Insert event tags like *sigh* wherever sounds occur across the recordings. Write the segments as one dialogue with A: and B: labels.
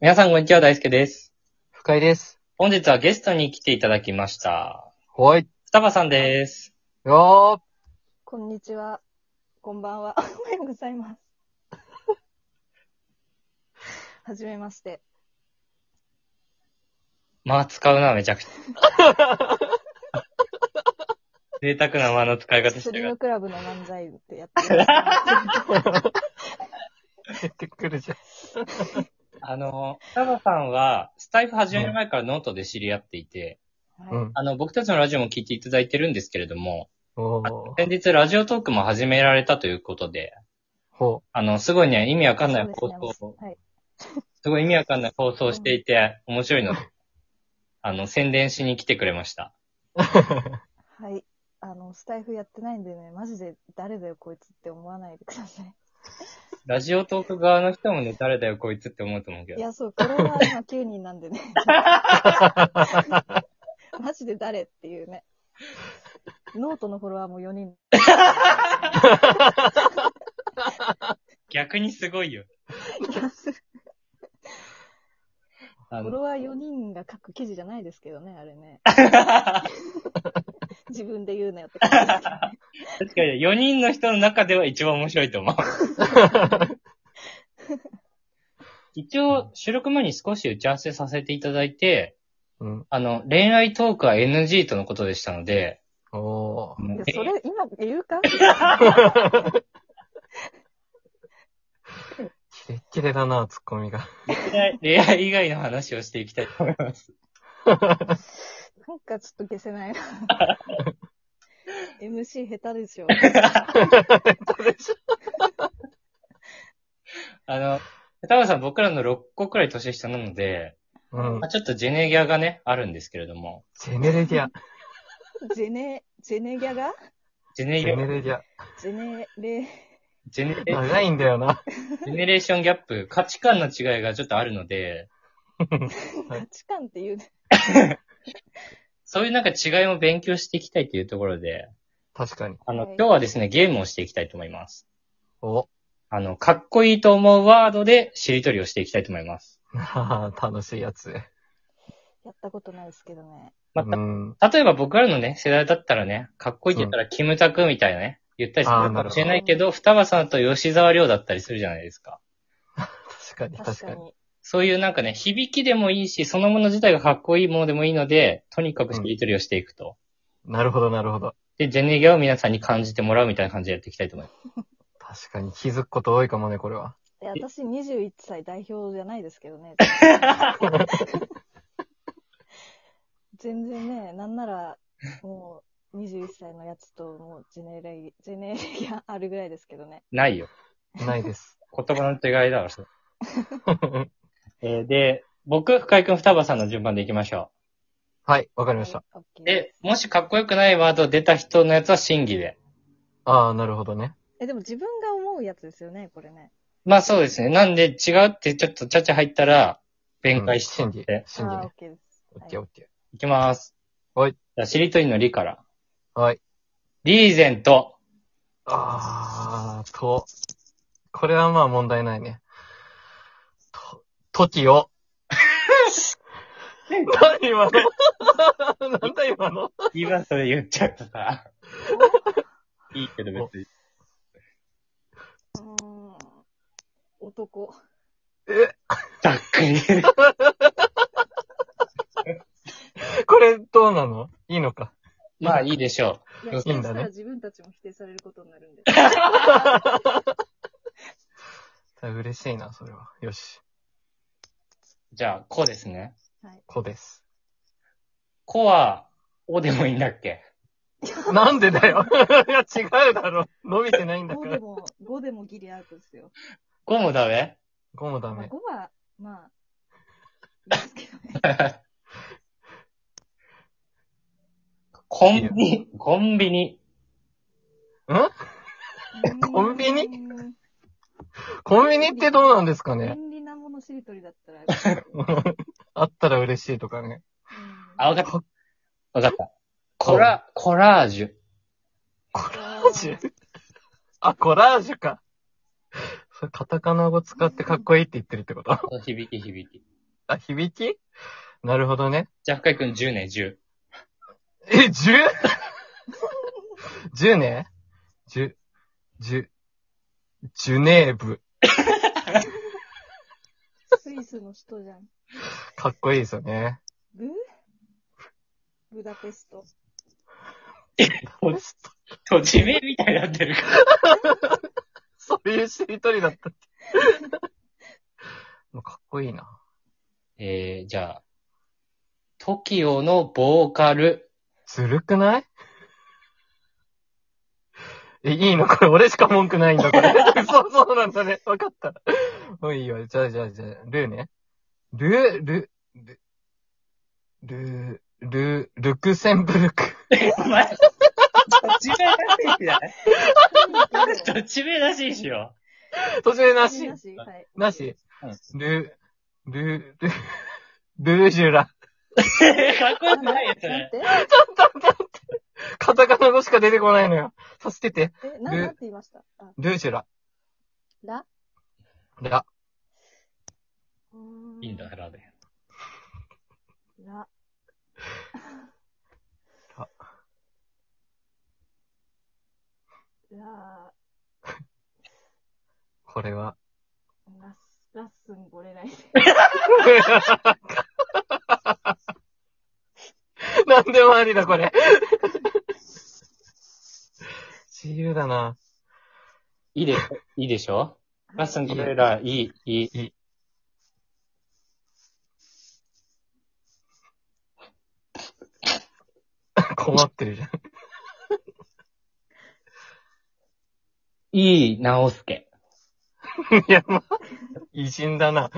A: 皆さん、こんにちは。大輔です。
B: 深井です。
A: 本日はゲストに来ていただきました。
B: はい。
A: 双葉さんです。
B: よ
C: こんにちは。こんばんは。おはようございます。はじめまして。
A: まあ、使うな、めちゃくちゃ。
B: *laughs*
A: 贅沢な間の使い方し
C: スト
A: て
C: リー
A: る
C: ム。クラブの漫才って
A: *laughs*
C: やってる。
B: ーってくるじゃん。
A: あの、双葉さんは、スタイフ始める前からノートで知り合っていて、
C: はい
A: あの、僕たちのラジオも聞いていただいてるんですけれども、
B: おー。
A: 先日ラジオトークも始められたということで、
B: ほ
A: あの、すごいね、意味わかんない
C: そ
A: 放
C: うです
A: 送
C: ねはい。
A: すごい意味わかんない放送をしていて、面白いので、あの、宣伝しに来てくれました。
C: はい。あの、スタイフやってないんでね、マジで誰だよこいつって思わないでください。
A: ラジオトーク側の人もね、誰だよこいつって思うと思うけ
C: い
A: ど。
C: や、そう、これは今9人な
A: *laughs*
C: んでね。マジで誰っていうね。ノートのフォロワーも4人。
A: 逆にすごいよ。あ
C: フ
A: の、
C: ォロワー4人が書く記事じゃないですけどね、あ
A: *laughs*
C: れね。自分で言うなよって感じですけどね。
A: 確かに4人の人の中では一番面白いと
C: *laughs*
A: 思う。一応、収録前に少し打ち合わせさせていただいて、
B: う。うん。
A: あの、恋愛トークは NG とのことでしたので、
B: おー。
C: いやそれ、今言うか
B: キレッキレだな、ツッコミが。
A: 恋愛恋愛以外の話をしていきたいと思います。
C: なんかちょっと消せ
B: *laughs*
C: ないな。MC 下手で
B: *laughs*
C: しょ。
A: あの、田川さん僕らの6個くらい年下なので、
B: うん
A: まあ。ちょっとジェネギャがね、あるんですけれども、
B: ジェネレギャ。
C: ジェネ、ジェネギャが
A: ジェネ
B: ジ
A: ギ
B: ェネ
A: ャ、
B: レギャ。
C: ジェネレ、
A: ジェネギャ
B: 長いんだよな。
A: ジェネレーションギャップ、価値観の違いがちょっとあるので、
B: はい
C: 価値観っていうね。
A: そういうなんか違いも勉強していきたいというところで、
B: 確かに。
A: あの、
C: はい
A: 今日はですね、ゲームをしていきたいと思います。
B: お。 *laughs*
A: あの、かっこいいと思うワードでしりとりをしていきたいと思います。
B: あー楽しいやつ。
C: やったことないですけどね。
A: ま
B: う
A: た、
B: ん。
A: 例えば僕らのね、世代だったらね、かっこいいって言ったら、キムタクみたいなね、言ったりする
B: あー
A: かもしれないけど、双葉さんと吉沢亮だったりするじゃないですか。
B: 確かに、
C: 確
B: 確
C: か
B: かに。
C: に。
A: そういうなんかね、響きでもいいし、そのもの自体がかっこいいものでもいいので、とにかくしりとりをしていくと。
B: なるほど、なるほど。
A: で、ジェネギャを皆さんに感じてもらうみたいな感じでやっていきたいと思います。
B: 確かに気づくこと多いかもね、これは。
C: いや私21歳代表じゃないです
B: *laughs*
C: けどね。全然ね、なんなら、もう21歳のやつと、もうジェネレ、ジェネレギャあるぐらいですけどね。
A: ないよ。
B: ないです。 *laughs*
A: 言葉の違いだわ、それ。えーで、僕、深井くん、双葉さんの順番でいきましょ
B: はい、わ
C: わ
B: かりました。。
A: う。で、もしかっこよくないワード出た人のやつは審議で。
B: あー、なるほどね。
C: え、でも自分が思うやつですよね、これね。
A: まあそうですね。なんで違うってちょっとちゃちゃ入ったら、弁解して
B: 審議
A: え。
B: 審議
C: あー、オ
B: ね
C: ッ。ケーです。
B: オッケー、オッケ
A: いきます。
B: はい
A: じゃあ、しりとりのりから。
B: ー。はい。
A: リーゼント。
B: あーと、これはまあ問題ないね。と、時を。何今の *laughs* なんだ今の
A: 今それ言っちゃったさ。
B: *laughs*
A: いいけど別に。
C: うーん男。
B: え、
A: ざっくり。
B: これどうなのいいのか。
A: *laughs* まあいいでしょ
C: いや、
A: い
C: 否
B: いんだね
C: 定したら自分たちも否定されることになるんで。
B: *laughs* 嬉しいな、それは。よし。
A: う。じゃあ、こうですね。
B: 子です。
A: こは、おでもいいんだっけ
B: なんでだよ。 *laughs* いや、違うだろ。伸びてないんだか
C: 5で *laughs*
B: ら。
C: も、5でもギリアウトですよ。
A: こもダメ *laughs*
B: 5もダ
C: まあ、
B: メ
C: 5。は、まあ、ですけどね。
A: コンビニ、コンビニ。
B: *laughs* コンビニ
C: うーん
B: コンビニってどうなんですかね *laughs*
C: 便利なものしりとりだったら、
B: あったら嬉しいとかね。
A: あ、
C: あ、
A: わかった。わかった。コラ、コラージュ。
B: *laughs* コラージュあ、コラージュか。それカタカナ語使ってかっこいいって言ってるってこと
A: 響き響き。
B: あ、響きなるほどね。
A: じゃあ、深井くん10ね、10。
B: え、10?10 ね ?10、10、ジュネーブ。
C: スイスの人じゃん。
B: かっこいいですよね。
C: ブブダペスト。
A: そう、地名みたいになってるから。
B: そういうしりとりだったって。もうかっこいいな。
A: えー、じゃあ、TOKIO のボーカル。
B: ずるくないえ、いいのこれ、俺しか文句ないんだ、これ。そう、そうなんだね。わかった。もういいよ。じゃあ、じゃあ、じゃあ、ルーね。ルー、ル、ル、ルー、ルー、ルクセンブルク。
A: お前、土地名らしいじゃない土地名らしいしよ。
B: 途中なし
C: な。しはい。
B: なし。ル、ル、ル、ルージュラ。
A: *laughs* かっこ
C: な
A: よ
C: ん
A: く
C: て。
A: ないよ、そ
C: なん
A: れ。
C: て
B: カタカナ語しか出てこないのよ。助けて。
C: え、な、なんて言いましたあ、
B: ルージュラ。
C: ラ
B: ラ。
A: いいんだ、。ラーで。
C: ラ。
B: ラ
C: ラ、
B: これは。
C: ラス、ラッスンゴレ *laughs* ライ。
B: *laughs* なんでもありだ、これ。自由だな。
A: いいで、いいでしょラッスンゴレラ、いい、いい。
B: 困ってるじゃん。
A: いい、直輔。
B: いや、まあ、偉人だな。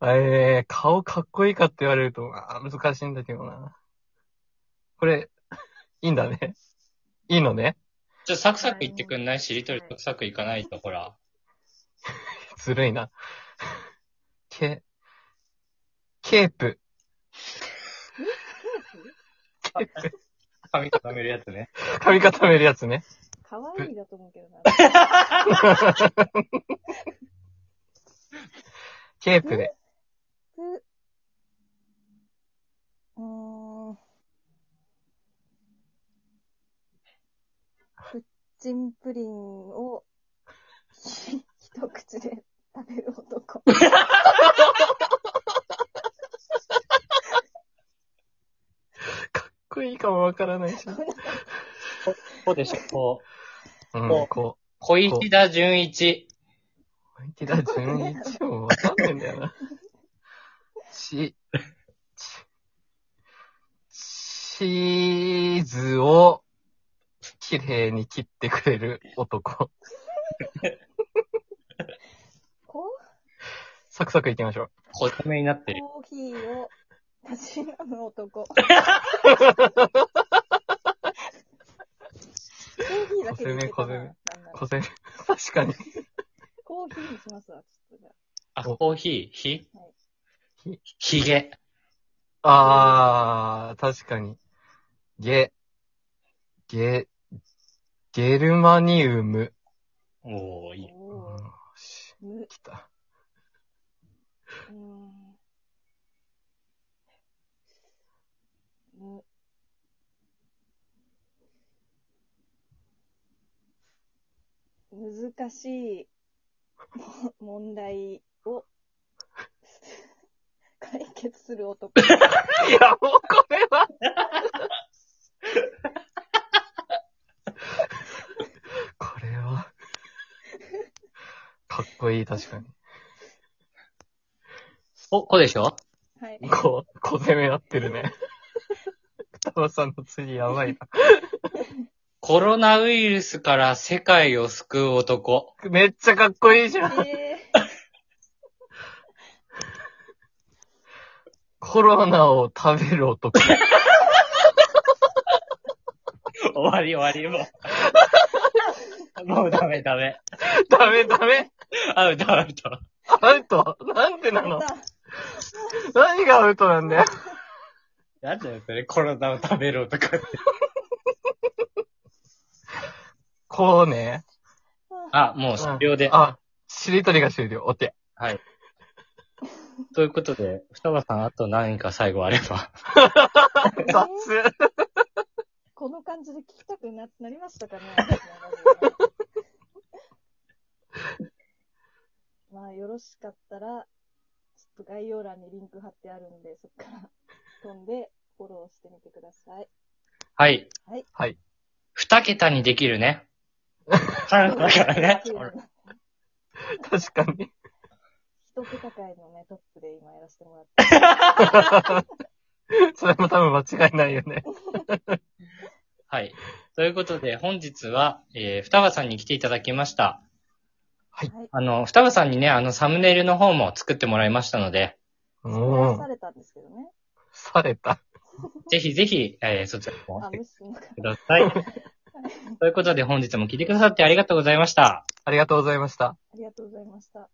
B: あれね、顔かっこいいかって言われると、まあ、難しいんだけどな。これ、いいんだね。いいのね。
A: ちょ、サクサク言ってくんないしりとりサクサクいかないと、ほら。
B: ずるいな。ケ、ケープ。
A: 髪固めるやつね。
B: 髪固めるやつね。
C: かわいいだと思うけどな。
B: *laughs* ケープで。
C: うーん。プッチンプリンをひ一口で食べる *laughs* 男。
B: かっこいいかもわからないし。
A: こうでしょ、こう。
B: うん、こ
A: 小石田純一。
B: う。池田純一もわかんねえんだよ *laughs* な。し、ち、チーズを、綺麗に切ってくれる男。
C: コ
B: サクサクいきましょう。
A: こうめになってる。
C: コーヒーをたしなむ男。コーヒーだけでいけた
B: 小攻め小
C: なな
B: 攻め
C: んなら
B: 小銭。確かに。
C: コーヒーにしますわ、ちょっとじゃ
A: あ、
B: お
A: コーヒー、ひ
C: はい
B: ひ
A: ひげ。
B: あー、確かに。ゲ、ゲ、ゲルマニウム。
A: おー、い
C: あ
A: い。
B: うん
C: おー
B: し、
C: む、
B: 来た。
C: うーん。む、難しいも問題を解決する男。
B: いや、もうこれはこれは、かっこいい、確かに。
A: お、こうでしょ *laughs*
C: はい。
B: こう、小攻め合ってるね。双葉さんの次やばい
A: コロナウイルスから世界を救う男。
B: な。めっちゃかっこいいじゃん。
C: え
B: コロナを食べる男。
A: 終わり終わり、もう。 *laughs* もうダメダメ。
B: *laughs* ダメダメ
A: アウトアウト。
B: アウトなんで
C: ー、
B: なの
C: また
B: 何がアウトなんだよ。
A: なんだよ、それ。コロナを食べろとかって。
B: こうね。
A: あ、もう終了で。
B: あ、しりとりが終了。お手。
A: はい。ということで、双葉さん、あと何か最後あれ
B: *laughs*
A: ば。
B: 雑。
C: この感じで聞きたくな、なりまし
A: *laughs*
C: たかねまあ、よろしかったら、ちょっと概要欄にリンク貼ってあるんで、そこから飛んでフォローしてみてください。
A: はい。
B: はい。
A: 二桁にできる
B: *laughs*
A: ね。チャンスだからね。
B: 確かに。
C: 一桁会のね、トップで今やらせてもらっ
B: *laughs*
C: て。
B: それも多分間違いないよね。
A: はい。ということで、本日は、えー、双葉さんに来ていただきました。
B: はい
C: はい
A: あの、双葉さんにね、あの、サムネイルの方も作ってもらいましたので、
B: お
C: さ
B: ー、
C: れたんですけどね。
B: された。
A: ぜひぜひ、えー、そちらも
C: あ、
A: 見て
C: 無視するのか。
A: ください。ということで、本日も聞いてくださってありがとうございました。
B: ありがとうございました。
C: ありがとうございました。